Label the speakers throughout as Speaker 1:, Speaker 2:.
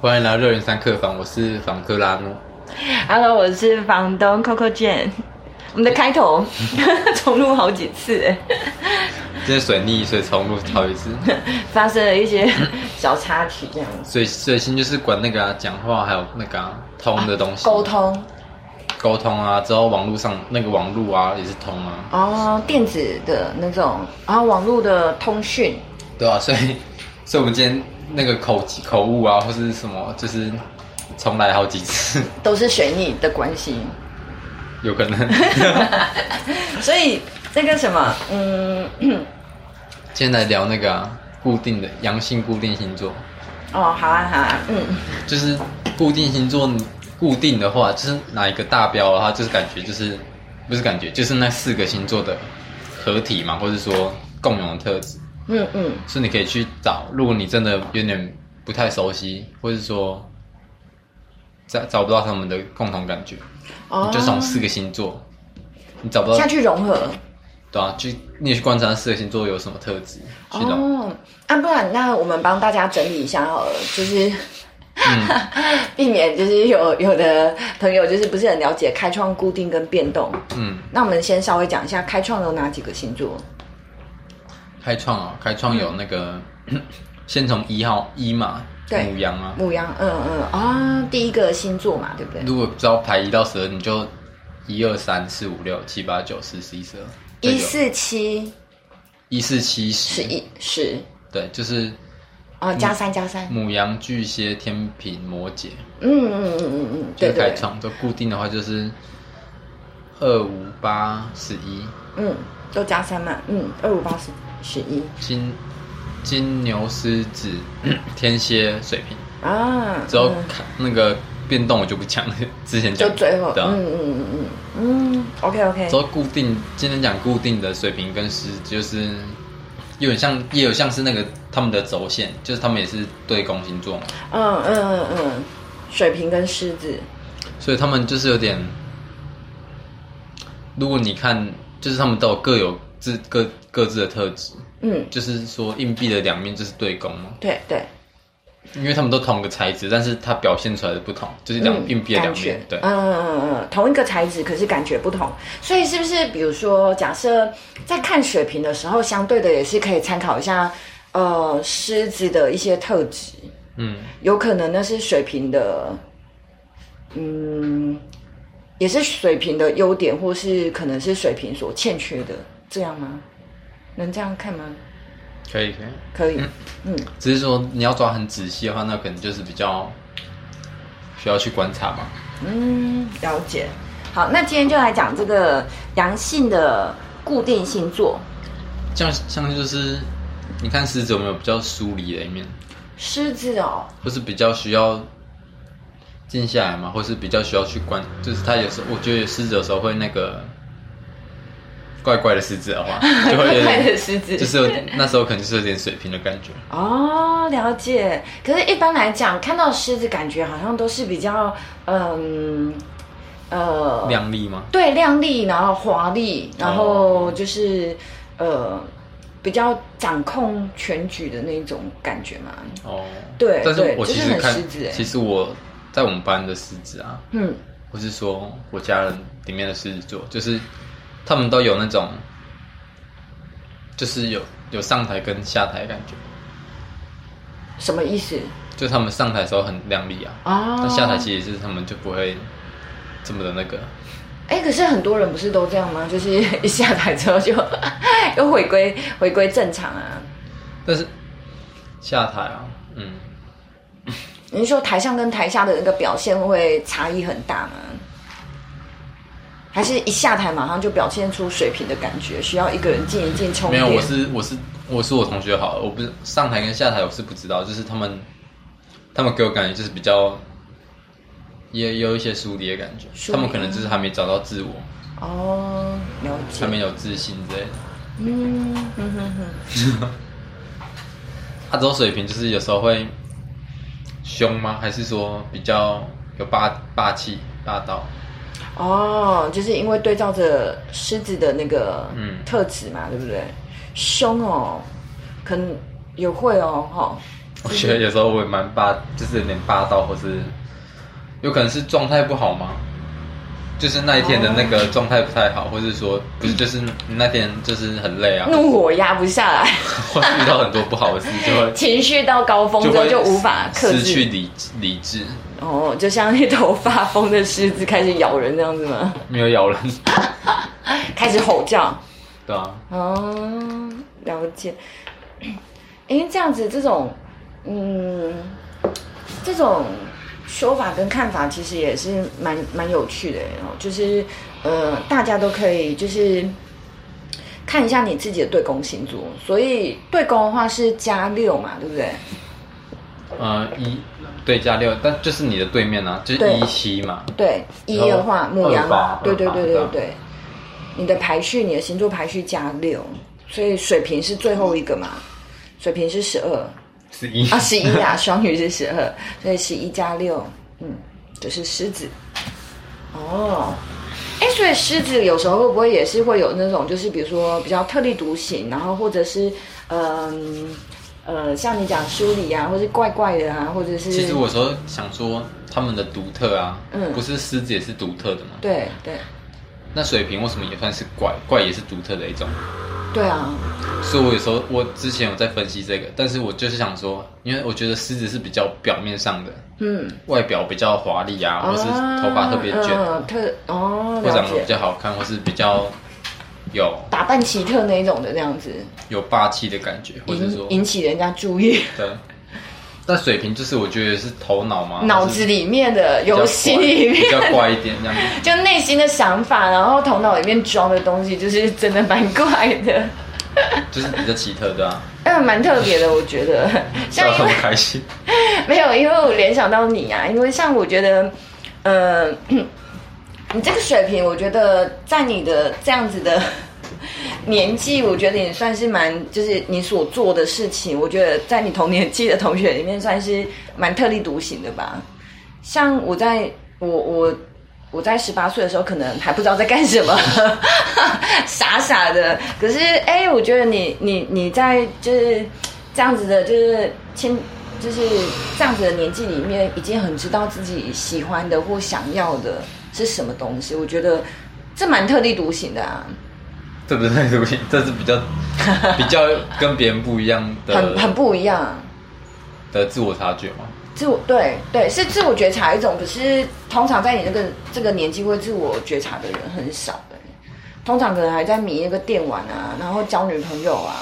Speaker 1: 欢迎来到六零三客房，我是房客拉诺。
Speaker 2: Hello，我是房东 Coco Jane。我们的开头 重录好几次，
Speaker 1: 今天水逆，所以 重录好一次。
Speaker 2: 发生了一些 小插曲，这样子。
Speaker 1: 水水星就是管那个啊，讲话还有那个啊，通的东西，
Speaker 2: 沟通
Speaker 1: 沟通啊，之后网络上那个网络啊也是通啊，
Speaker 2: 哦，电子的那种，然后网络的通讯，
Speaker 1: 对啊，所以所以我们今天那个口口误啊，或是什么，就是重来好几次，
Speaker 2: 都是水逆的关系。
Speaker 1: 有可能
Speaker 2: 所以那个什么，嗯，
Speaker 1: 今天来聊那个啊，固定的阳性固定星座。
Speaker 2: 哦，好啊，好啊，嗯，
Speaker 1: 就是固定星座固定的话，就是哪一个大标的话，就是感觉就是不是感觉，就是那四个星座的合体嘛，或者说共有的特质，
Speaker 2: 嗯嗯，
Speaker 1: 所以你可以去找。如果你真的有点不太熟悉，或者说找找不到他们的共同感觉，
Speaker 2: 哦
Speaker 1: 你就从四个星座，你找不到
Speaker 2: 下去融合。
Speaker 1: 对啊，就你也去观察四个星座有什么特质，去找。
Speaker 2: 哦，啊，不然那我们帮大家整理一下好了，就是。
Speaker 1: 嗯
Speaker 2: 避免就是有有的朋友就是不是很了解开创、固定跟变动。
Speaker 1: 嗯，
Speaker 2: 那我们先稍微讲一下开创有哪几个星座？
Speaker 1: 开创啊，开创有那个、 先从一号一嘛，
Speaker 2: 对
Speaker 1: 母羊啊，
Speaker 2: 母羊，嗯嗯啊、第一个星座嘛，对不对？
Speaker 1: 如果不知道排一到十二，你就一二三四五六七八九十十一十二，
Speaker 2: 一四七
Speaker 1: 一四七
Speaker 2: 十
Speaker 1: 十，
Speaker 2: 一十
Speaker 1: 对，就是嗯
Speaker 2: 啊，加三加三，
Speaker 1: 母羊、巨蟹、天平、摩羯，
Speaker 2: 嗯嗯嗯嗯嗯，
Speaker 1: 就
Speaker 2: 对
Speaker 1: 是开
Speaker 2: 对，
Speaker 1: 创。都固定的话就是二五八十一，
Speaker 2: 嗯，都加三嘛，嗯，二五八十十一
Speaker 1: 金金牛、狮子、天蝎、水瓶，
Speaker 2: 啊，
Speaker 1: 之后
Speaker 2: 嗯
Speaker 1: 看、那个变动我就不讲了，之前
Speaker 2: 就
Speaker 1: 讲
Speaker 2: 最后，
Speaker 1: 对啊。
Speaker 2: 嗯嗯嗯嗯嗯，OK OK，
Speaker 1: 之后固定，今天讲固定的水平跟狮子，就是有点像，也有像是那个他们的轴线，就是他们也是对宫星座嘛，
Speaker 2: 嗯嗯嗯嗯，水瓶跟狮子，
Speaker 1: 所以他们就是有点，如果你看，就是他们都有各有自各各自的特质，
Speaker 2: 嗯，
Speaker 1: 就是说硬币的两面就是对宫嘛，
Speaker 2: 对对，
Speaker 1: 因为他们都同个材质，但是它表现出来的不同，就是两、
Speaker 2: 嗯
Speaker 1: 硬币的
Speaker 2: 感
Speaker 1: 两
Speaker 2: 觉
Speaker 1: 面，，对，
Speaker 2: 嗯嗯嗯嗯，同一个材质，可是感觉不同，所以是不是比如说，假设在看水瓶的时候，相对的也是可以参考一下，呃，狮子的一些特质，
Speaker 1: 嗯，
Speaker 2: 有可能那是水瓶的，嗯，也是水瓶的优点，或是可能是水瓶所欠缺的，这样吗？能这样看吗？
Speaker 1: 可以可以。
Speaker 2: 可以，嗯
Speaker 1: 只是说你要抓很仔细的话，那可能就是比较需要去观察嘛。
Speaker 2: 嗯，了解。好，那今天就来讲这个阳性的固定星座
Speaker 1: 像像就是你看狮子有没有比较疏离的一面，
Speaker 2: 狮子哦。
Speaker 1: 或是比较需要静下来嘛，或是比较需要去观，就是他有时候我觉得狮子有时候会那个怪怪的狮子 的话，就会有
Speaker 2: 怪怪的
Speaker 1: 点
Speaker 2: 狮子
Speaker 1: 就是有点那时候可能就是有点水平的感觉。
Speaker 2: 哦，了解。可是，一般来讲，看到狮子，感觉好像都是比较，嗯，呃，
Speaker 1: 靓丽吗？
Speaker 2: 对，亮丽，然后华丽，然后
Speaker 1: 哦
Speaker 2: 就是、呃，比较掌控全局的那种感觉嘛。
Speaker 1: 哦，
Speaker 2: 对
Speaker 1: 但是
Speaker 2: 对
Speaker 1: 我其
Speaker 2: 就是
Speaker 1: 实
Speaker 2: 很
Speaker 1: 看
Speaker 2: 狮子欸，
Speaker 1: 其实我在我们班的狮子啊，
Speaker 2: 嗯，
Speaker 1: 或是说我家人里面的狮子座，就是他们都有那种，就是有有上台跟下台的感觉，
Speaker 2: 什么意思？
Speaker 1: 就他们上台的时候很靓丽啊，
Speaker 2: 哦，
Speaker 1: 但下台其实是他们就不会这么的那个，
Speaker 2: 哎、可是很多人不是都这样吗？就是一下台之后就 又回归回归正常啊。
Speaker 1: 但是下台啊，嗯，
Speaker 2: 你是说台上跟台下的那个表现会差异很大吗？还是一下台马上就表现出水平的感觉，需要一个人静一静充
Speaker 1: 没
Speaker 2: 电？
Speaker 1: 有，我是我是我是我同学好了，我不是上台跟下台我是不知道，就是他们他们给我感觉就是比较。也有一些疏离的感觉，
Speaker 2: 疏离
Speaker 1: 他们可能就是还没找到自我，
Speaker 2: 哦，了解
Speaker 1: 还。没有自信之类的。
Speaker 2: 嗯哼哼哼，
Speaker 1: 他走水平就是有时候会凶吗？还是说比较有霸霸气、霸道？
Speaker 2: 哦，就是因为对照着狮子的那个
Speaker 1: 嗯
Speaker 2: 特质嘛，对不对？凶哦，可能也会哦，哈、
Speaker 1: 我觉得有时候我也蛮霸，就是有点霸道，或是有可能是状态不好吗？就是那一天的那个状态不太好，或是说不是，就是那天就是很累啊，
Speaker 2: 怒火压不下来，
Speaker 1: 或是遇到很多不好的事，就会
Speaker 2: 情绪到高峰之后
Speaker 1: 会
Speaker 2: 就无法克
Speaker 1: 失去
Speaker 2: 制。
Speaker 1: 理理智，
Speaker 2: 哦，就像那头发疯的狮子开始咬人那样 子吗？
Speaker 1: 没有咬人，
Speaker 2: 开始吼叫。
Speaker 1: 对啊，
Speaker 2: 哦，了解。 因为这样子，这种，嗯，这种说法跟看法其实也是蛮蛮有趣的哦。就是，呃，大家都可以就是看一下你自己的对宫星座。所以对宫的话是加六嘛，对不对？
Speaker 1: 呃一对加六，但就是你的对面啊，就是
Speaker 2: 对
Speaker 1: 一七嘛，
Speaker 2: 对，一的
Speaker 1: 二
Speaker 2: 话牧羊
Speaker 1: 八，
Speaker 2: 对对
Speaker 1: 二八
Speaker 2: 对对
Speaker 1: 对
Speaker 2: 对，你的排序，你的星座排序加六，所以水瓶是最后一个嘛，水瓶是十二。
Speaker 1: 是一
Speaker 2: 啊，十一 啊，双鱼是十二，所以十一加六，嗯，就是狮子。哦，哎，所以狮子有时候会不会也是会有那种，就是比如说比较特立独行，然后或者是嗯呃像你讲梳理啊，或是怪怪的啊，或者是
Speaker 1: 其实我有时候想说，他们的独特啊，
Speaker 2: 嗯
Speaker 1: 不是狮子也是独特的吗？
Speaker 2: 对对
Speaker 1: 那水瓶为什么也算是怪？怪也是独特的一种。
Speaker 2: 对啊，
Speaker 1: 所以我有时候我之前有在分析这个，但是我就是想说，因为我觉得狮子是比较表面上的，
Speaker 2: 嗯，
Speaker 1: 外表比较华丽啊，或是头发特别卷，
Speaker 2: 嗯特哦
Speaker 1: 或
Speaker 2: 了
Speaker 1: 长得比
Speaker 2: 解，
Speaker 1: 较好看，或是比较有
Speaker 2: 打扮奇特那一种的那样子，
Speaker 1: 有霸气的感觉，或者
Speaker 2: 引
Speaker 1: 说
Speaker 2: 引起人家注意。
Speaker 1: 对。但水瓶就是我觉得是头脑嘛，
Speaker 2: 脑子里面的
Speaker 1: 还
Speaker 2: 游
Speaker 1: 啊是
Speaker 2: 戏里面
Speaker 1: 比较怪比较怪一点这样子。
Speaker 2: 就内心的想法，然后头脑里面装的东西，就是真的蛮怪的，
Speaker 1: 就是比较奇特的啊，
Speaker 2: 嗯，蛮特别的，我觉得。 像
Speaker 1: 笑得
Speaker 2: 因为
Speaker 1: 很开心。
Speaker 2: 没有，因为我联想到你啊，因为像我觉得，呃， 你这个水平，我觉得在你的这样子的 年纪，我觉得你算是蛮，就是你所做的事情，我觉得在你同年纪的同学里面，算是蛮特立独行的吧。像我在我我我在十八岁的时候，可能还不知道在干什么， 傻傻的。可是哎、我觉得你你你在就是这样子的，就是亲。就是这样子的年纪里面，已经很知道自己喜欢的或想要的是什么东西。我觉得这蛮特立独行的啊，
Speaker 1: 这不是太独行，这是比 较比较跟别人不一样的
Speaker 2: 很很不一样。
Speaker 1: 的自我察觉嘛。
Speaker 2: 自我对对是自我觉察一种，可是通常在你这个这个年纪会自我觉察的人很少的，欸通常可能还在迷那个电玩啊，然后交女朋友啊，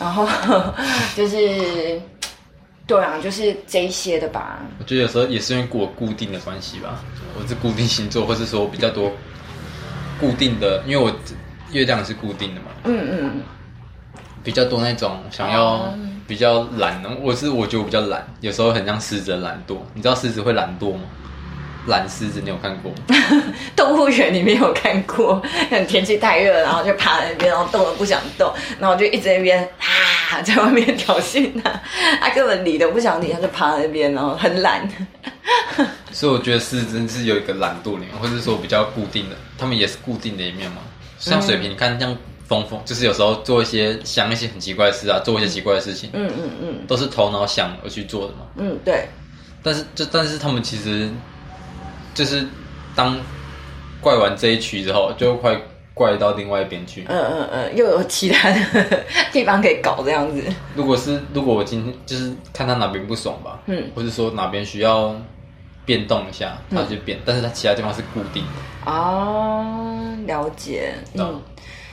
Speaker 2: 然后 就是对啊，就是这一些的吧。
Speaker 1: 我觉得有时候也是因为我固定的关系吧，我是固定星座，或是说我比较多固定的，因为我月亮是固定的嘛，
Speaker 2: 嗯嗯，
Speaker 1: 比较多那种想要
Speaker 2: 哦
Speaker 1: 比较懒的。我是我觉得我比较懒，有时候很像狮子的懒惰。你知道狮子会懒惰吗？懒狮子你有看过吗？
Speaker 2: 嗯动物园里面有看过，天气太热，然后就趴在那边，然后动都不想动，然后就一直在那边啊，在外面挑衅他、啊，他根本理都不想理，他就趴在那边，然后很懒。
Speaker 1: 所以我觉得狮子是有一个懒惰里面，或者说比较固定的，他们也是固定的一面
Speaker 2: 嗯
Speaker 1: 嘛。像水瓶，你看像峰峰，就是有时候做一些想一些很奇怪的事啊，做一些奇怪的事情，
Speaker 2: 嗯嗯嗯
Speaker 1: 都是头脑想而去做的嘛。
Speaker 2: 嗯，对，
Speaker 1: 但是就但是他们其实就是当怪完这一区之后，就快怪到另外一边去。
Speaker 2: 嗯嗯嗯，又有其他的地方可以搞这样子。
Speaker 1: 如果是如果我今天就是看他哪边不爽吧，
Speaker 2: 嗯
Speaker 1: 或者说哪边需要变动一下，他就变，但是他其他地方是固定的。
Speaker 2: 哦，了解，嗯
Speaker 1: 懂，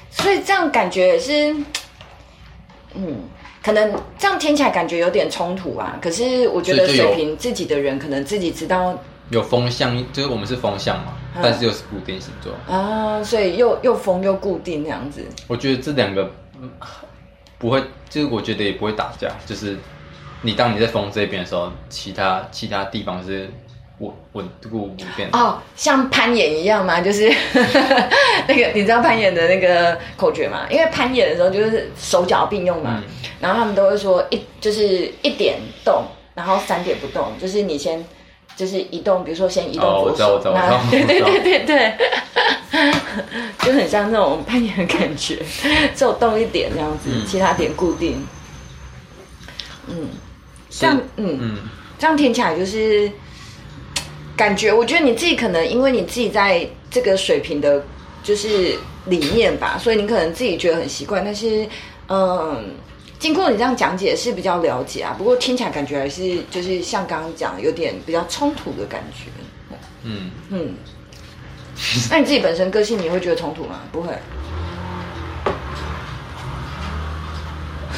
Speaker 2: 所以这样感觉也是，嗯，可能这样听起来感觉有点冲突啊。可是我觉得
Speaker 1: 所以就有
Speaker 2: 水平自己的人，可能自己知道
Speaker 1: 有风向，就是我们是风向嘛，
Speaker 2: 嗯
Speaker 1: 但是又是固定星座。
Speaker 2: 啊，所以又又封又固定那样子。
Speaker 1: 我觉得这两个嗯不会，就是我觉得也不会打架。就是你当你在风这边的时候，其他其他地方是稳稳固不变的。
Speaker 2: 哦，像攀岩一样吗？就是 那个，你知道攀岩的那个口诀吗？因为攀岩的时候就是手脚并用
Speaker 1: 嗯
Speaker 2: 嘛，然后他们都会说一就是一点动，然后三点不动，就是你先就是移动，比如说先移
Speaker 1: 哦
Speaker 2: 动
Speaker 1: 我
Speaker 2: 左
Speaker 1: 知道
Speaker 2: 手
Speaker 1: 我知道，我知道
Speaker 2: 那对对
Speaker 1: 我知
Speaker 2: 对
Speaker 1: 道
Speaker 2: 对对， 就很像那种攀岩的感觉，只有动一点这样子，
Speaker 1: 嗯
Speaker 2: 其他点固定。嗯，这样嗯，
Speaker 1: 嗯，
Speaker 2: 这样听起来就是感觉，我觉得你自己可能因为你自己在这个水平的，就是理念吧，所以你可能自己觉得很习惯，但是嗯。经过你这样讲解是比较了解啊，不过听起来感觉还是就是像刚刚讲，有点比较冲突的感觉。
Speaker 1: 嗯，
Speaker 2: 嗯，那你自己本身个性你会觉得冲突吗？ 不会，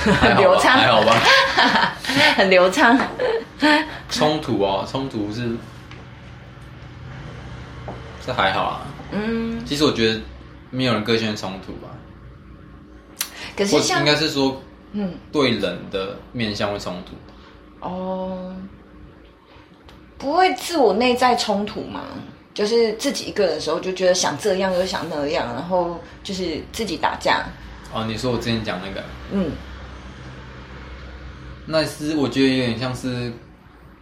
Speaker 1: 还
Speaker 2: 很
Speaker 1: 好
Speaker 2: 流
Speaker 1: 吧，
Speaker 2: 畅，
Speaker 1: 还好吧。
Speaker 2: 很流 畅。
Speaker 1: 冲突哦，冲突是，这还好啊。
Speaker 2: 嗯，
Speaker 1: 其实我觉得没有人个性会冲突吧，
Speaker 2: 可是
Speaker 1: 或
Speaker 2: 像
Speaker 1: 应该是说
Speaker 2: 嗯
Speaker 1: 对人的面相会冲突。
Speaker 2: 哦，不会自我内在冲突吗？就是自己一个人的时候就觉得想这样又想那样，然后就是自己打架。
Speaker 1: 哦，你说我之前讲那个，
Speaker 2: 嗯
Speaker 1: 那是我觉得有点像是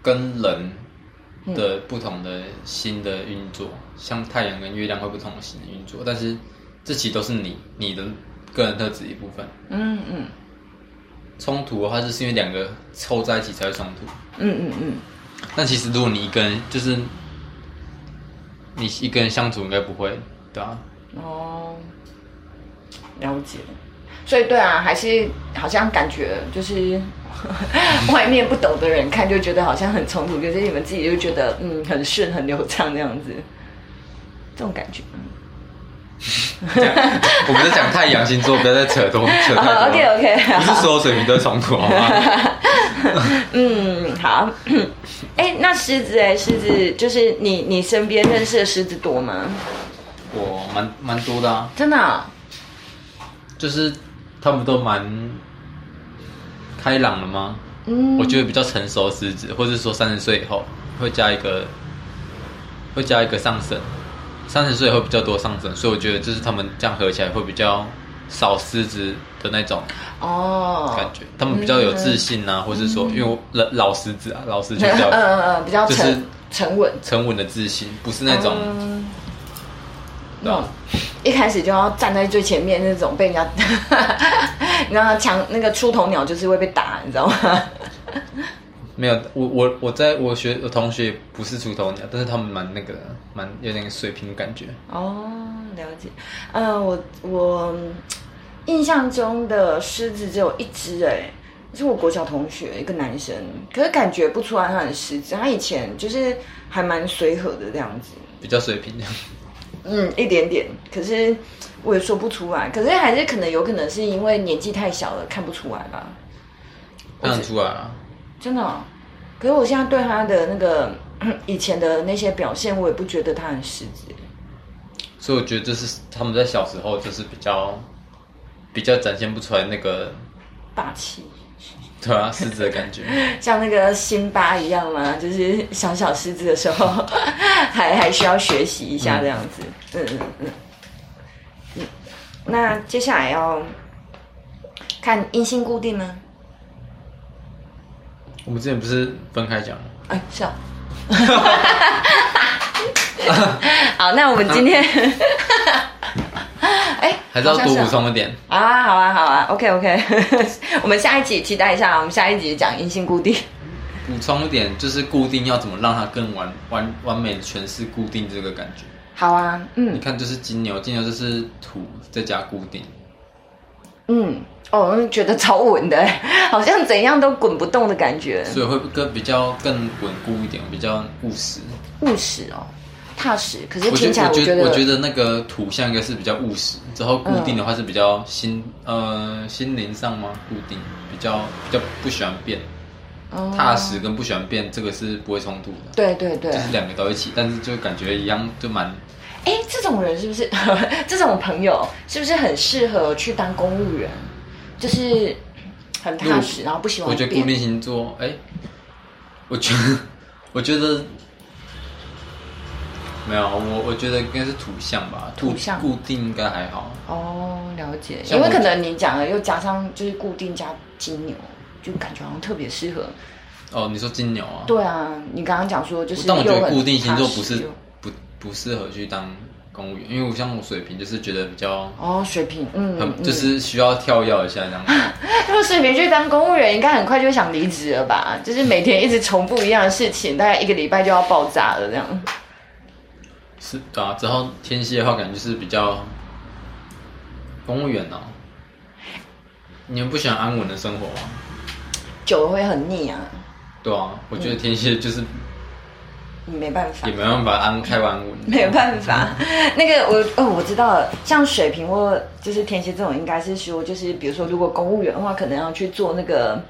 Speaker 1: 跟人
Speaker 2: 嗯
Speaker 1: 的不同的心的运作，像太阳跟月亮会不同的心的运作，但是这其实都是你你的个人特质一部分。
Speaker 2: 嗯嗯
Speaker 1: 冲突的话，就是因为两个凑在一起才会冲突。
Speaker 2: 嗯嗯嗯，
Speaker 1: 但其实如果你一个人，就是你一个人相处，应该不会，对 啊，
Speaker 2: 哦，了解。所以对啊，还是好像感觉就是 外面不懂的人看就觉得好像很冲突，可是你们自己就觉得嗯很顺很流畅这样子，这种感觉。
Speaker 1: 这样我们在讲太阳星座，不要再扯多扯太多了。
Speaker 2: 哦，OK，OK，好
Speaker 1: 不是所有水瓶都会冲突，好吗？
Speaker 2: 嗯，好。 哎、那狮子哎、狮子就是你你身边认识的狮子多吗？
Speaker 1: 我蛮蛮多的啊。
Speaker 2: 真的哦、
Speaker 1: 就是他们都蛮开朗的吗？
Speaker 2: 嗯
Speaker 1: 我觉得比较成熟的狮子，或者说三十岁以后会加一个，会加一个上升，三十岁会比较多上升，所以我觉得就是他们这样合起来会比较少狮子的那种
Speaker 2: 哦，
Speaker 1: 感觉，他们比较有自信啊，或是说因为我老老狮子啊，老狮子
Speaker 2: 嗯
Speaker 1: 比较
Speaker 2: 嗯 嗯嗯，比较沉、
Speaker 1: 就是
Speaker 2: 沉稳
Speaker 1: 沉稳的自信，不是那种、
Speaker 2: 嗯
Speaker 1: 对啊吧
Speaker 2: 嗯一开始就要站在最前面那种被人家， 你知道强那个出头鸟就是会被打，你知道吗？
Speaker 1: 没有，我我我在我学我同学不是出头鸟，但是他们蛮那个的蛮有点水平的感觉，
Speaker 2: 哦，了解。呃，我我嗯印象中的狮子只有一只哎、是我国小同学一个男生，可是感觉不出来他很狮子。他以前就是还蛮随和的这样子，
Speaker 1: 比较水平这样。
Speaker 2: 嗯，一点点。可是我也说不出来，可是还是可能有可能是因为年纪太小了看不出来吧，
Speaker 1: 看得出来啊，
Speaker 2: 真的哦、可是我现在对他的那个 以前的那些表现，我也不觉得他很狮子欸。
Speaker 1: 所以我觉得这是他们在小时候就是比较比较展现不出来那个
Speaker 2: 霸气，
Speaker 1: 对啊狮子的感觉，
Speaker 2: 像那个辛巴一样嘛，就是小小狮子的时候， 还还需要学习一下这样子。嗯嗯嗯嗯。那接下来要看阴性固定吗？
Speaker 1: 我们之前不是分开讲吗？
Speaker 2: 哎，是啊。 好，那我们今天， 哎、
Speaker 1: 还是要
Speaker 2: 好像
Speaker 1: 多
Speaker 2: 啊
Speaker 1: 补充一点，
Speaker 2: 好啊，好啊，好啊，OK OK，我 们下一集期待一下，我们下一集讲阴性固定。
Speaker 1: 补充一点就是固定要怎么让它更完完完美的诠释固定这个感觉。
Speaker 2: 好啊，
Speaker 1: 你
Speaker 2: 嗯
Speaker 1: 看，就是金牛，金牛就是土再加固定，
Speaker 2: 嗯，哦，嗯觉得超稳的，好像怎样都滚不动的感觉，
Speaker 1: 所以会更比较更稳固一点，比较务实。
Speaker 2: 务实哦，踏实。可是
Speaker 1: 我
Speaker 2: 听
Speaker 1: 觉
Speaker 2: 起来
Speaker 1: 得，我
Speaker 2: 我
Speaker 1: 觉得，
Speaker 2: 觉得，
Speaker 1: 我觉得那个土象应该是比较务实，之后固定的话是比较心、呃心灵上吗？固定比较比较不喜欢变，
Speaker 2: 嗯
Speaker 1: 踏实跟不喜欢变这个是不会冲突的，
Speaker 2: 对对对，
Speaker 1: 就是两个都一起，但是就感觉一样，就蛮
Speaker 2: 哎，这种人是不是 这种朋友是不是很适合去当公务员？就是很踏实，然后不喜欢
Speaker 1: 我觉得固
Speaker 2: 变
Speaker 1: 定星座，哎、我觉得 我觉得没有，我我觉得应该是土象吧，
Speaker 2: 土象
Speaker 1: 固定应该还好，
Speaker 2: 哦，了解。
Speaker 1: 像
Speaker 2: 因为
Speaker 1: 我
Speaker 2: 可能你讲了，又加上就是固定加金牛，就感觉好像特别适合。
Speaker 1: 哦，你说金牛啊，
Speaker 2: 对啊，你刚刚讲说就是，
Speaker 1: 但我觉得固定星座不
Speaker 2: 又很踏实
Speaker 1: 是
Speaker 2: 又
Speaker 1: 不不适合去当公务员，因为我像我水平就是觉得比较
Speaker 2: 哦，水平，嗯，
Speaker 1: 很
Speaker 2: 嗯
Speaker 1: 就是需要跳跃一下这样子。
Speaker 2: 如果水平去当公务员，应该很快就会想离职了吧？就是每天一直重复一样的事情，大概一个礼拜就要爆炸了这样。
Speaker 1: 是对啊，之后天蝎的话，感觉就是比较公务员哦。你们不喜欢安稳的生活吗？
Speaker 2: 久了会很腻啊，
Speaker 1: 对啊，我
Speaker 2: 嗯
Speaker 1: 觉得天蝎就是
Speaker 2: 你没办法
Speaker 1: 也。没办法安开完稳，
Speaker 2: 没有办法，
Speaker 1: 嗯
Speaker 2: 那个我哦，我知道了，像水瓶或就是天蝎这种，应该是说，就是比如说，如果公务员的话，可能要去做那个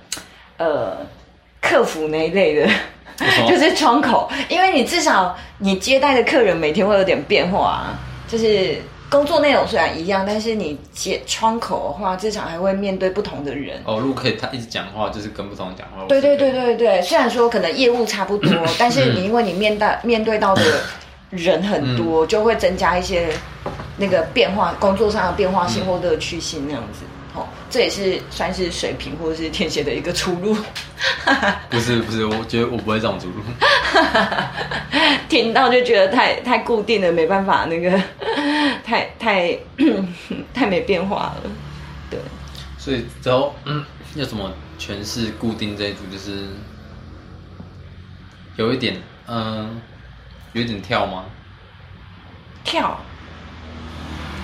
Speaker 2: 呃客服那一类的
Speaker 1: 什，么
Speaker 2: 就是窗口，因为你至少你接待的客人每天会有点变化啊，就是工作内容虽然一样，但是你接窗口的话，至少还会面对不同的人。
Speaker 1: 哦，如果可以他一直讲话，就是跟不同人讲话。
Speaker 2: 对对对嗯
Speaker 1: 我
Speaker 2: 对对，虽然说可能业务差不多，但是你因为你面到面对到的人很多，就会增加一些那个变化，工作上的变化性或乐趣性那样子。哦，这也是算是水平或者是天蝎的一个出路。
Speaker 1: 不是不是，我觉得我不会这种主路。
Speaker 2: 听到就觉得太太固定了，没办法，那个 太太 太没变化了。对，
Speaker 1: 所以之后、嗯、要怎么诠释固定这一组，就是有一点嗯、有一点跳吗？
Speaker 2: 跳，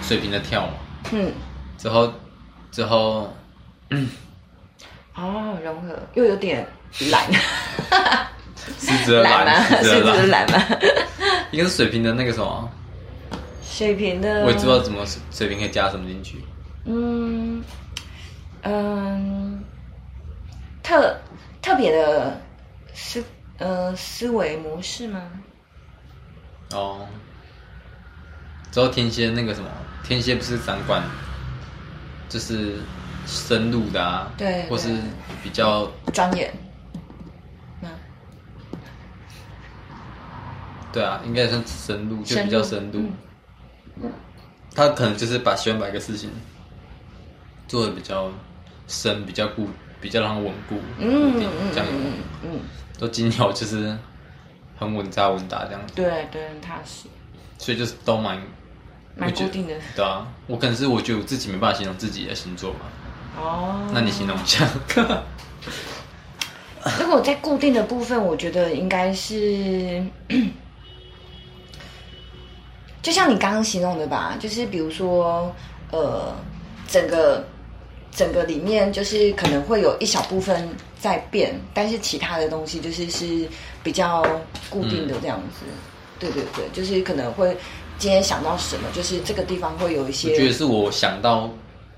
Speaker 1: 水平的跳吗？
Speaker 2: 嗯，
Speaker 1: 之后之后
Speaker 2: 哦，融合又有点懒，
Speaker 1: 狮子的
Speaker 2: 吗？
Speaker 1: 懒，
Speaker 2: 是
Speaker 1: 啊狮
Speaker 2: 不
Speaker 1: 子
Speaker 2: 是
Speaker 1: 的懒，
Speaker 2: 懒吗？
Speaker 1: 一个是水平的那个什么，啊
Speaker 2: 水平的，
Speaker 1: 我也知道怎么水平可以加什么进去。
Speaker 2: 嗯嗯，特特别的思呃思维模式吗？
Speaker 1: 哦，之后天蝎那个什么，天蝎不是掌管，就是深入的啊，
Speaker 2: 对
Speaker 1: 或是
Speaker 2: 对
Speaker 1: 比较
Speaker 2: 专业吗？
Speaker 1: 对啊，应该也算深入，就
Speaker 2: 深入嗯
Speaker 1: 比较深入。他可能就是把喜欢把一个事情做的比较深，比较固，比较让它稳固，
Speaker 2: 嗯
Speaker 1: 固定
Speaker 2: 嗯
Speaker 1: 这样
Speaker 2: 嗯嗯嗯，
Speaker 1: 都金牛就是很稳扎稳打这样，
Speaker 2: 对对，很踏实，
Speaker 1: 所以就是都蛮
Speaker 2: 蛮
Speaker 1: 我觉得
Speaker 2: 固定的
Speaker 1: 对啊，我可能是我觉得我自己没办法形容自己的星座嘛，
Speaker 2: 哦。
Speaker 1: 那你形容一 下。
Speaker 2: 如果在固定的部分，我觉得应该是，就像你刚刚形容的吧，就是比如说，呃，整个整个里面就是可能会有一小部分在变，但是其他的东西就是是比较固
Speaker 1: 嗯
Speaker 2: 定的这样子。对对对，就是可能会今天想到什么，就是这个地方会有一
Speaker 1: 我觉得
Speaker 2: 些
Speaker 1: 是我想到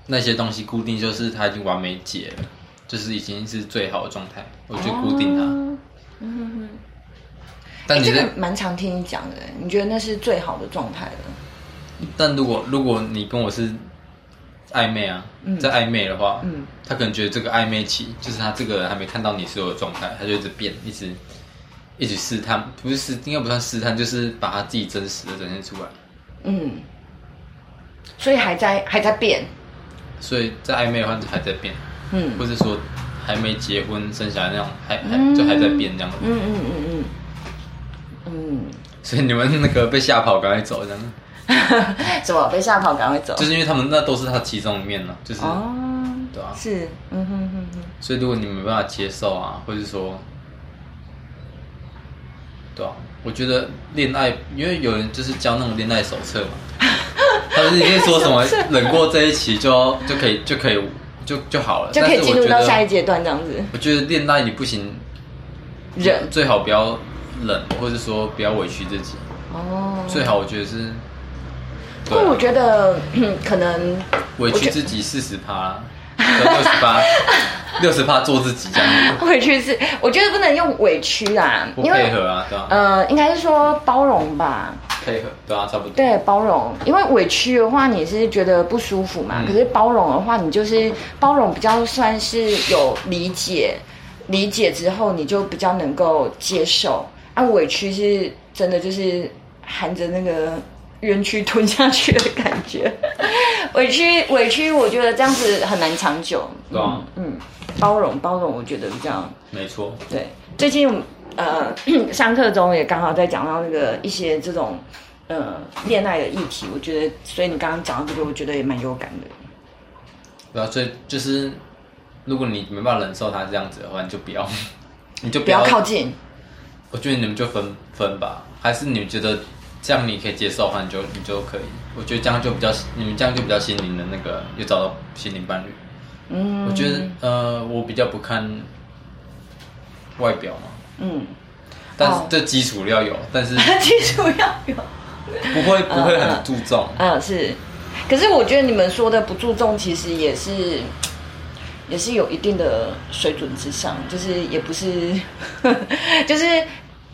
Speaker 1: 那些东西固定，就是它已经完美解了，就是已经是最好的状态，我就固定它。
Speaker 2: 哦嗯哼哼
Speaker 1: 但
Speaker 2: 欸
Speaker 1: 你
Speaker 2: 这
Speaker 1: 是，
Speaker 2: 个蛮常听你讲的，你觉得那是最好的状态了？
Speaker 1: 但如果如果你跟我是暧昧啊，在暧昧的话，
Speaker 2: 嗯
Speaker 1: 他可能觉得这个暧昧期就是他这个人还没看到你所有的状态，他就一直变，一直一直试探，不是试，应该不算试探，就是把他自己真实的展现出来。
Speaker 2: 嗯，所以还在还在变，
Speaker 1: 所以在暧昧的话就还在变，
Speaker 2: 嗯
Speaker 1: 或是说还没结婚生小孩那种，还还
Speaker 2: 嗯
Speaker 1: 就还在变这样子。
Speaker 2: 嗯嗯嗯嗯
Speaker 1: 所以你们那个被吓跑，赶快走，这样，
Speaker 2: 嗯， 什么被吓跑，赶快走
Speaker 1: 就。是因为他们那都是他其中一面呢、就是、
Speaker 2: 哦，
Speaker 1: 对啊。
Speaker 2: 是，嗯哼哼哼，
Speaker 1: 所以如果你没办法接受啊，或者说，对啊，我觉得恋爱，因为有人就是教那种恋爱手册嘛， 他们是里面说什么忍过这一期就要就可以就可以就就好了，
Speaker 2: 就可以
Speaker 1: 但是
Speaker 2: 进
Speaker 1: 我
Speaker 2: 入
Speaker 1: 觉
Speaker 2: 到
Speaker 1: 得
Speaker 2: 下一阶段这样子。
Speaker 1: 我觉得恋爱你不行，
Speaker 2: 忍
Speaker 1: 最好不要忍，或者说不要委屈自己，
Speaker 2: 哦，
Speaker 1: 最好我觉得是，
Speaker 2: 不
Speaker 1: 对
Speaker 2: 过
Speaker 1: 啊
Speaker 2: 我觉得嗯可能
Speaker 1: 委屈自己四十趴，六十八，六十趴做自己这样 子，
Speaker 2: 委屈是，我觉得不能用委屈啦，
Speaker 1: 不
Speaker 2: 因
Speaker 1: 配
Speaker 2: 为
Speaker 1: 合啊，对吧、
Speaker 2: 呃，应该是说包容吧。
Speaker 1: 配合，对啊，差不多。
Speaker 2: 对，包容，因为委屈的话你是觉得不舒服嘛，
Speaker 1: 嗯
Speaker 2: 可是包容的话，你就是包容比较算是有理解，理解之后你就比较能够接受。啊，委屈是真的就是含着那个冤屈吞下去的感觉， 委屈委屈，我觉得这样子很难长久。
Speaker 1: 对啊
Speaker 2: 嗯，嗯包容包容，我觉得比较
Speaker 1: 没错，
Speaker 2: 对，最近呃上课中也刚好在讲到那个一些这种呃恋爱的议题，我觉得，所以你刚刚讲到这个，我觉得也蛮有感的。
Speaker 1: 对啊，所以就是如果你没办法忍受他这样子的话，你就不要， 你就
Speaker 2: 不要靠 近，
Speaker 1: 我觉得你们就分分吧，还是你们觉得这样你可以接受的话，你就你就可以。我觉得这样就比较，你们这样就比较心灵的那个，又找到心灵伴侣。
Speaker 2: 嗯，
Speaker 1: 我觉得呃，我比较不看外表嘛，
Speaker 2: 嗯，
Speaker 1: 但是
Speaker 2: 哦
Speaker 1: 这基础要有，但是
Speaker 2: 基础要 有，
Speaker 1: 不会不会很注重。
Speaker 2: 嗯，是。可是我觉得你们说的不注重，其实也是也是有一定的水准之上，就是也不是， 就是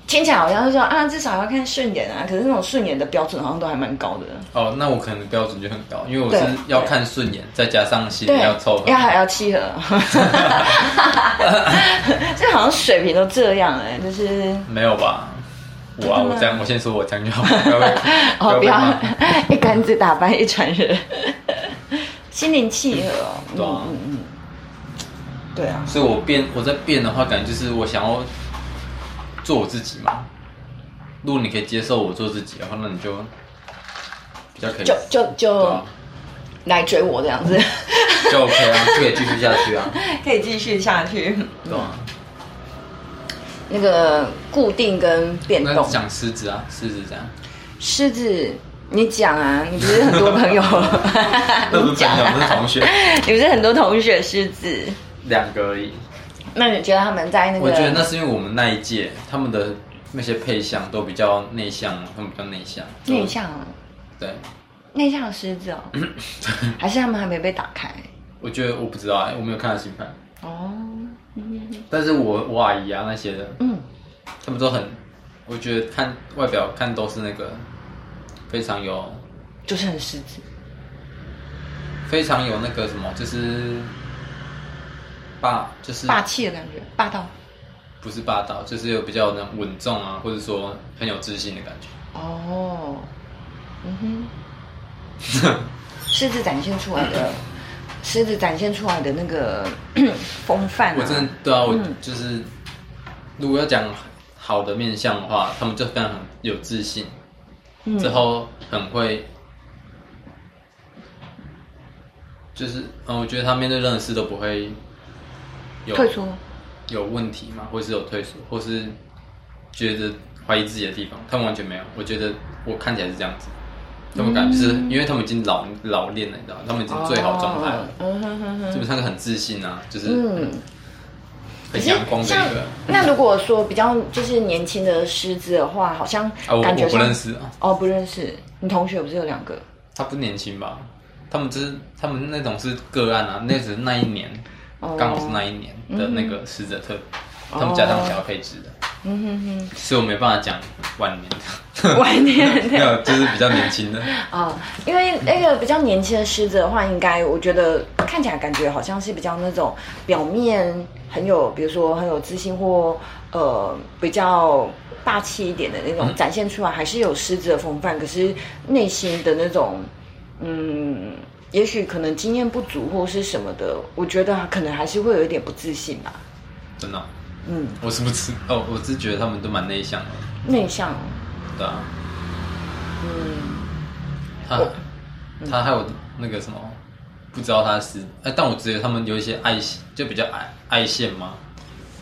Speaker 2: 听起来好像是说啊，至少要看顺眼啊。可是那种顺眼的标准好像都还蛮高的。
Speaker 1: 哦，那我可能标准就很高，因为我
Speaker 2: 对
Speaker 1: 是要看顺眼，再加上心里要凑合。
Speaker 2: 要还要契 合，这好像水平都这样哎、就是
Speaker 1: 没有吧？我啊，我这样，我先说我这样就好，不要被
Speaker 2: 哦，不
Speaker 1: 被
Speaker 2: 要
Speaker 1: 骂
Speaker 2: 一竿子打翻一船人，心灵契合哦，
Speaker 1: 对啊
Speaker 2: 嗯嗯，嗯对啊，
Speaker 1: 所以我变我在变的话，感觉就是我想要做我自己嘛。如果你可以接受我做自己的话，那你就比较可以，
Speaker 2: 就就
Speaker 1: 对
Speaker 2: 就
Speaker 1: 啊，
Speaker 2: 来追我这 样子，
Speaker 1: 就 OK 啊，就可以继续下去啊，
Speaker 2: 可以继续下去。
Speaker 1: 对啊。
Speaker 2: 那个固定跟变
Speaker 1: 那
Speaker 2: 动，
Speaker 1: 讲狮子啊，狮子这样，
Speaker 2: 狮子，你讲啊，你不是很多朋友，
Speaker 1: 那 不是
Speaker 2: 你
Speaker 1: 朋
Speaker 2: 讲
Speaker 1: 友，不是
Speaker 2: 啊，
Speaker 1: 同学，
Speaker 2: 你不是很多同学狮子，
Speaker 1: 两个而已。
Speaker 2: 那你觉得他们在那个？
Speaker 1: 我觉得那是因为我们那一届他们的那些配相都比较内向，他们比较内向，
Speaker 2: 内向哦，
Speaker 1: 对。
Speaker 2: 内向的 狮子哦，还是他们还没被打开？
Speaker 1: 我觉得我不知道哎、我没有看到星盘，
Speaker 2: 哦，
Speaker 1: 但是我我阿姨啊那些的，
Speaker 2: 嗯，
Speaker 1: 他们都很，我觉得看外表看都是那个非常有
Speaker 2: 就是很狮子，
Speaker 1: 非常有那个什么，就是霸就是
Speaker 2: 霸气的感觉，霸道。
Speaker 1: 不是霸道，就是有比较那种稳重啊，或者说很有自信的感觉。
Speaker 2: 哦，嗯哼，狮子展现出来 的，狮子展现出来的那个 风范、啊，
Speaker 1: 我真的对啊，我就是、如果要讲好的面相的话，他们就非常有自信，
Speaker 2: 嗯
Speaker 1: 之后很会，就是嗯，我觉得他面对任何事都不会有
Speaker 2: 退出，
Speaker 1: 有问题嘛，或是有退缩，或是觉得怀疑自己的地方，他们完全没有。我觉得我看起来是这样子，他们
Speaker 2: 嗯
Speaker 1: 感觉就是、因为他们已经老老练了，你知道吗？他们已经最好状态了
Speaker 2: 哦，嗯哼哼哼，
Speaker 1: 基本上很自信啊，就是
Speaker 2: 嗯。
Speaker 1: 很阳光的
Speaker 2: 像
Speaker 1: 一个。
Speaker 2: 那如果说比较就是年轻的狮子的话，好像
Speaker 1: 啊，我
Speaker 2: 感觉
Speaker 1: 我不
Speaker 2: 上
Speaker 1: 认识啊，
Speaker 2: 哦，不认识。你同学不是有两个？
Speaker 1: 他不年轻吧？他们就是他们那种是个案啊，那只是那一年，
Speaker 2: 哦
Speaker 1: 刚好是那一年的那个死者特，他们加上小配置的，
Speaker 2: 嗯 哼
Speaker 1: 所以我没办法讲晚年的，
Speaker 2: 哼，晚年
Speaker 1: 没
Speaker 2: 的
Speaker 1: 有，就是比较年轻的。
Speaker 2: 啊，因为那个比较年轻的狮子的话，应该我觉得看起来感觉好像是比较那种表面很有，比如说很有自信或呃比较霸气一点的那
Speaker 1: 嗯
Speaker 2: 种展现出来，还是有狮子的风范，可是内心的那种嗯。也许可能经验不足或是什么的，我觉得可能还是会有一点不自信吧。
Speaker 1: 真的哦、
Speaker 2: 嗯，
Speaker 1: 我是不是哦？我是觉得他们都蛮内向的，
Speaker 2: 内向，
Speaker 1: 对啊。
Speaker 2: 嗯，
Speaker 1: 他他还有那个什么，不知道他是哎，但我只有他们有一些爱心，就比较爱爱线嘛。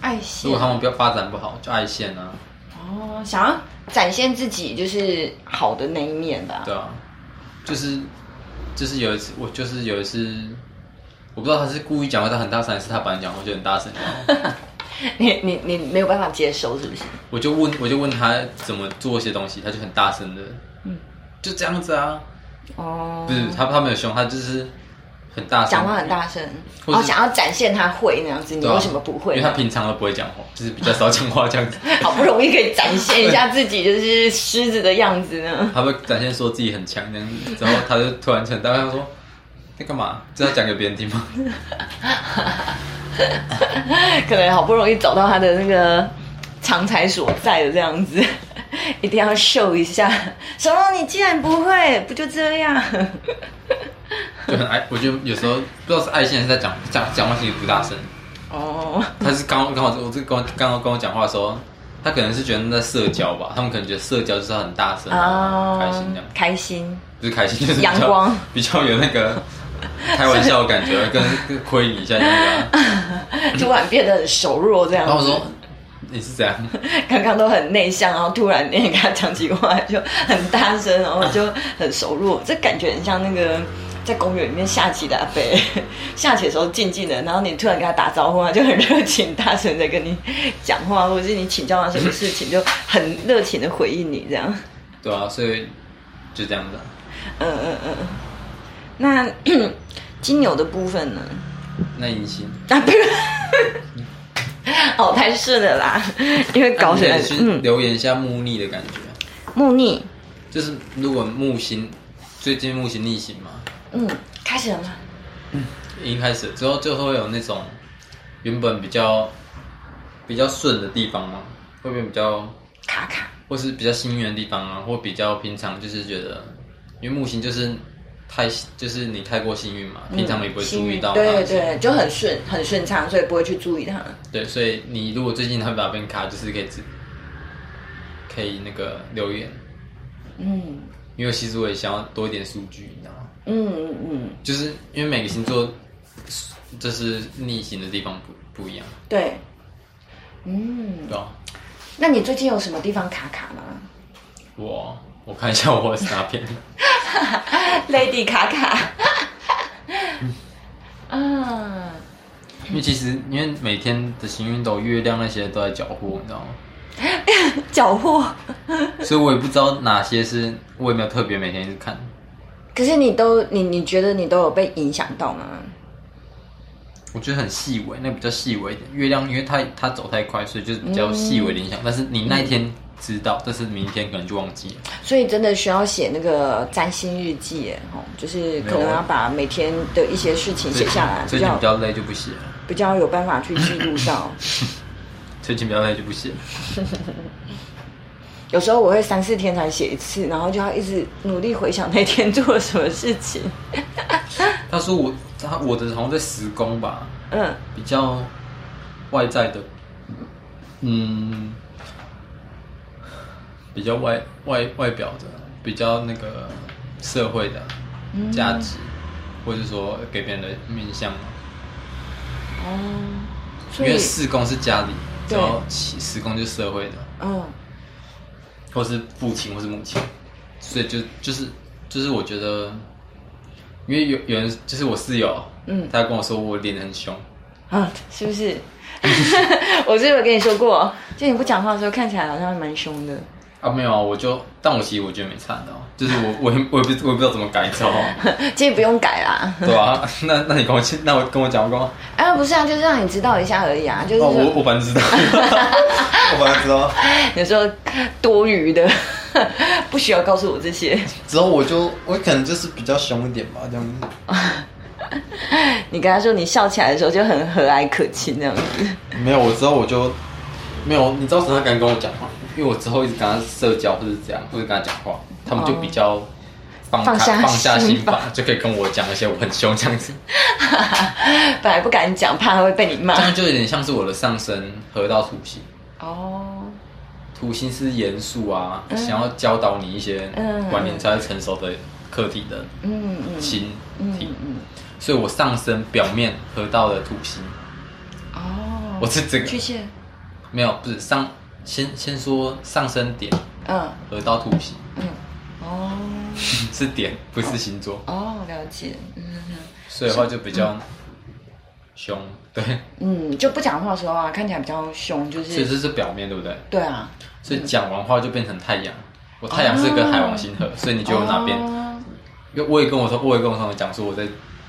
Speaker 2: 爱
Speaker 1: 如
Speaker 2: 心
Speaker 1: 果他们不要发展不好，就爱线啊，
Speaker 2: 哦，想要展现自己就是好的那一面吧。
Speaker 1: 对啊，就是就是有一次，我就是有一次，我不知道他是故意讲话他很大声，还是他本来讲话就很大声，
Speaker 2: 你你你没有办法接收，是不是？
Speaker 1: 我就问我就问他怎么做一些东西，他就很大声的，
Speaker 2: 嗯，
Speaker 1: 就这样子啊，
Speaker 2: 哦
Speaker 1: 不是他他没有凶，他就是很大声
Speaker 2: 讲话很大声，
Speaker 1: 或
Speaker 2: 然
Speaker 1: 是
Speaker 2: 后想要展现他会那样子，你
Speaker 1: 对啊
Speaker 2: 为什么不会
Speaker 1: 因为？他平常都不会讲话，就是比较少讲话这样子。
Speaker 2: 好不容易可以展现一下自己就是狮子的样 子呢。
Speaker 1: 他会展现说自己很强这样子，之后他就突然很大声说：“在干嘛？这要讲给别人听吗
Speaker 2: 可能好不容易找到他的那个长才所在的这样子， 一定要秀一下。什么？你既然不会，不就这 样？？”
Speaker 1: 就很 爱，我觉得有时候不知道是爱心还是在讲讲讲话，其实不大声。
Speaker 2: 哦，
Speaker 1: 他是刚刚好我这跟我刚刚跟我讲话的时候，他可能是觉得那在社交吧，他们可能觉得社交就是要很大声啊，
Speaker 2: 啊，
Speaker 1: 开心这样，
Speaker 2: 开心，
Speaker 1: 不是开心就是比较
Speaker 2: 阳光，
Speaker 1: 比较有那个开玩笑的感 觉，跟跟亏你一下这样子啊。
Speaker 2: 突然变得很柔弱这样
Speaker 1: 然后我
Speaker 2: 子。
Speaker 1: 说你是怎样？
Speaker 2: 刚刚都很内向，然后突然嗯你跟他讲起话就很大声，然后就很熟络，这感觉很像那个 在公园里面下棋的阿伯， 下棋的时候静静的，然后你突然跟他打招呼，他啊就很热情大声的跟你讲话，或者是你请教他什么事情，就很热情的回应你这样。
Speaker 1: 对啊，所以就这样子啊、
Speaker 2: 嗯嗯嗯。嗯那金牛的部分呢？
Speaker 1: 那银星，
Speaker 2: 啊，不是。哦，太顺了啦，因为搞起
Speaker 1: 那
Speaker 2: 来
Speaker 1: 啊你可以，去
Speaker 2: 嗯，
Speaker 1: 留言一下木逆的感觉啊，
Speaker 2: 木逆，
Speaker 1: 就是如果木星最近木星逆行嘛，
Speaker 2: 嗯，开始了吗？
Speaker 1: 已经开始了之后就会有那种原本比较比较顺的地方嘛，会变比较
Speaker 2: 卡卡，
Speaker 1: 或是比较幸运的地方啊，或比较平常，就是觉得，因为木星就是太就是你太过幸运嘛，平常你不会注意到它、
Speaker 2: 嗯对对，就很顺很顺畅，所以不会去注意它。
Speaker 1: 对所以你如果最近它哪边卡，就是可以自可以那个留言，
Speaker 2: 嗯
Speaker 1: 因为其实我也想要多一点数据，你知道吗？
Speaker 2: 嗯嗯嗯，
Speaker 1: 就是因为每个星座就是逆行的地方不不一样，
Speaker 2: 对，嗯。
Speaker 1: 对吧、啊？
Speaker 2: 那你最近有什么地方卡卡吗
Speaker 1: 我我看一下我 是哪边，
Speaker 2: ？Lady 卡卡。 啊，
Speaker 1: 因为其实因为每天的行运都有月亮那些都在搅和，你知道吗？
Speaker 2: 缴获。
Speaker 1: 所以我也不知道哪些是我也没有特别每天去看，
Speaker 2: 可是你都你你觉得你都有被影响到吗？
Speaker 1: 我觉得很细微，那比较细微一点。月亮因为它它走太快，所以就是比较细微的影响。
Speaker 2: 嗯
Speaker 1: 但是你那一天知道，但是明天可能就忘记了。
Speaker 2: 所以真的需要写那个占星日记耶，哦，就是可能
Speaker 1: 没有
Speaker 2: 要
Speaker 1: 啊
Speaker 2: 把每天的一些事情写下来，比
Speaker 1: 最近
Speaker 2: 较
Speaker 1: 比较累就不写了，
Speaker 2: 比较有办法去记录 到。
Speaker 1: 最近比较累就不写了。
Speaker 2: 有时候我会三四天才写一次，然后就要一直努力回想那天做了什么事情。
Speaker 1: 他说我他我的好像在十宫吧，
Speaker 2: 嗯，
Speaker 1: 比较外在的，嗯，比较外外外表的，比较那个社会的
Speaker 2: 嗯
Speaker 1: 价值，或者说给别人的面向嘛。
Speaker 2: 哦，
Speaker 1: 因
Speaker 2: 所以
Speaker 1: 为，四宫是家里，
Speaker 2: 对
Speaker 1: 然后七十宫就是社会的，
Speaker 2: 嗯，
Speaker 1: 或是父亲或是母亲，所以就就是就是我觉得，因为有有人就是我室友，
Speaker 2: 嗯
Speaker 1: 他跟我说我脸很凶，
Speaker 2: 啊，是不是？ 我是不是跟你说过，就你不讲话的时候，看起来好像蛮凶的。
Speaker 1: 啊，没有啊，我就，但我其实我觉得没差的、哦，就是我我也我也不我也不知道怎么改，你知道吗？
Speaker 2: 其实不用改啦，
Speaker 1: 对啊， 那那你跟我去，那我跟我讲，我跟我，
Speaker 2: 啊，不是啊，就是让你知道一下而已啊，就是
Speaker 1: 哦，
Speaker 2: 说
Speaker 1: 我我反正 知道，我反正知道，
Speaker 2: 有时候多余的， 不需要告诉我这些。
Speaker 1: 之后我就我可能就是比较凶一点吧，这样子。
Speaker 2: 你跟他说你笑起来的时候就很和蔼可亲那样子。
Speaker 1: 没有，我之后我就没有，你知道谁敢跟我讲话？因为我之后一直跟他社交或者这样，或者跟他讲话，他们就比较放
Speaker 2: 哦放下
Speaker 1: 放下
Speaker 2: 心
Speaker 1: 心防，就可以跟我讲一些我很凶这样子，
Speaker 2: 本来不敢讲，怕会被你骂
Speaker 1: 这。样就有点像是我的上升合到土星，
Speaker 2: 哦，
Speaker 1: 土星是严肃啊，想要教导你一些
Speaker 2: 嗯
Speaker 1: 晚年才会成熟的课题的
Speaker 2: 嗯嗯
Speaker 1: 心体，
Speaker 2: 嗯
Speaker 1: 所以我上升表面合到了土星，
Speaker 2: 哦，
Speaker 1: 我是这个
Speaker 2: 巨蟹，
Speaker 1: 没有不是上先先说上升点
Speaker 2: 嗯
Speaker 1: 合到土星
Speaker 2: 嗯，哦
Speaker 1: 是点不是星座。
Speaker 2: 哦，了解，嗯
Speaker 1: 所以的话就比较凶，对，
Speaker 2: 嗯，就不讲话的时候啊，看起来比较凶，就
Speaker 1: 所以
Speaker 2: 是
Speaker 1: 这是表面，对不对？
Speaker 2: 对啊，
Speaker 1: 所以讲完话就变成太阳，我太阳是跟海王星合，所以你觉得我哪边？
Speaker 2: 哦
Speaker 1: 因为我也跟我说，我也跟我朋友讲说我在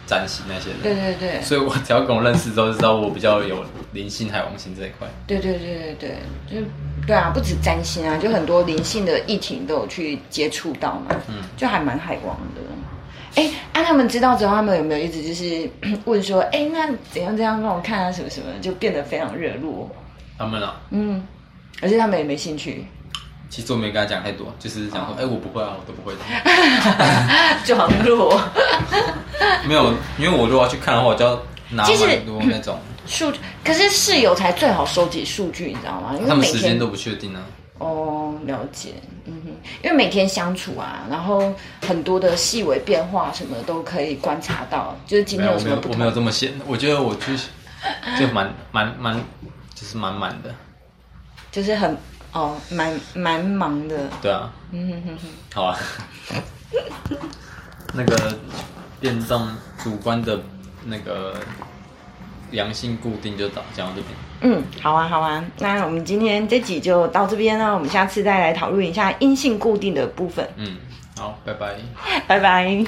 Speaker 1: 占星那些
Speaker 2: 对
Speaker 1: 的，
Speaker 2: 对对
Speaker 1: 所以我只要跟我认识之后，就知道我比较有灵性海王星这一块。
Speaker 2: 对对对对对，就是对啊，不止占星啊，就很多灵性的议题都有去接触到嘛，
Speaker 1: 嗯
Speaker 2: 就还蛮海王的。哎，那、他们知道之后，他们有没有一直就是 问说，哎，那怎样怎样让我看啊，什么什么，就变得非常热络。
Speaker 1: 他们啊，
Speaker 2: 嗯，而且他们也没 兴趣，
Speaker 1: 其实我没跟他讲太多，就是讲
Speaker 2: 哦
Speaker 1: 说，哎、我不会啊，我都不会的。
Speaker 2: 就好像弱。
Speaker 1: 没有，因为我如果要去看的话，我就要拿
Speaker 2: 其实
Speaker 1: 很多那种
Speaker 2: 数，可是室友才最好收集数据，你知道吗？嗯因为
Speaker 1: 他们
Speaker 2: 每
Speaker 1: 时间
Speaker 2: 天
Speaker 1: 都不确定啊。
Speaker 2: 哦，了解，嗯哼，因为每天相处啊，然后很多的细微变化什么都可以观察到，就是今
Speaker 1: 没
Speaker 2: 天
Speaker 1: 有，我
Speaker 2: 有什
Speaker 1: 没
Speaker 2: 么
Speaker 1: 有，
Speaker 2: 不
Speaker 1: 我
Speaker 2: 同
Speaker 1: 没有这么闲。我觉得我去就蛮蛮蛮，就是满满的。
Speaker 2: 就是很哦，蛮蛮忙的，
Speaker 1: 对啊，
Speaker 2: 嗯哼哼哼，
Speaker 1: 好啊。 那个变动主观的那个良性固定就到讲到这边。
Speaker 2: 嗯，好啊好啊，那我们今天这集就到这边了，我们下次再来讨论一下阴性固定的部分，
Speaker 1: 嗯，好，拜拜。
Speaker 2: 拜拜。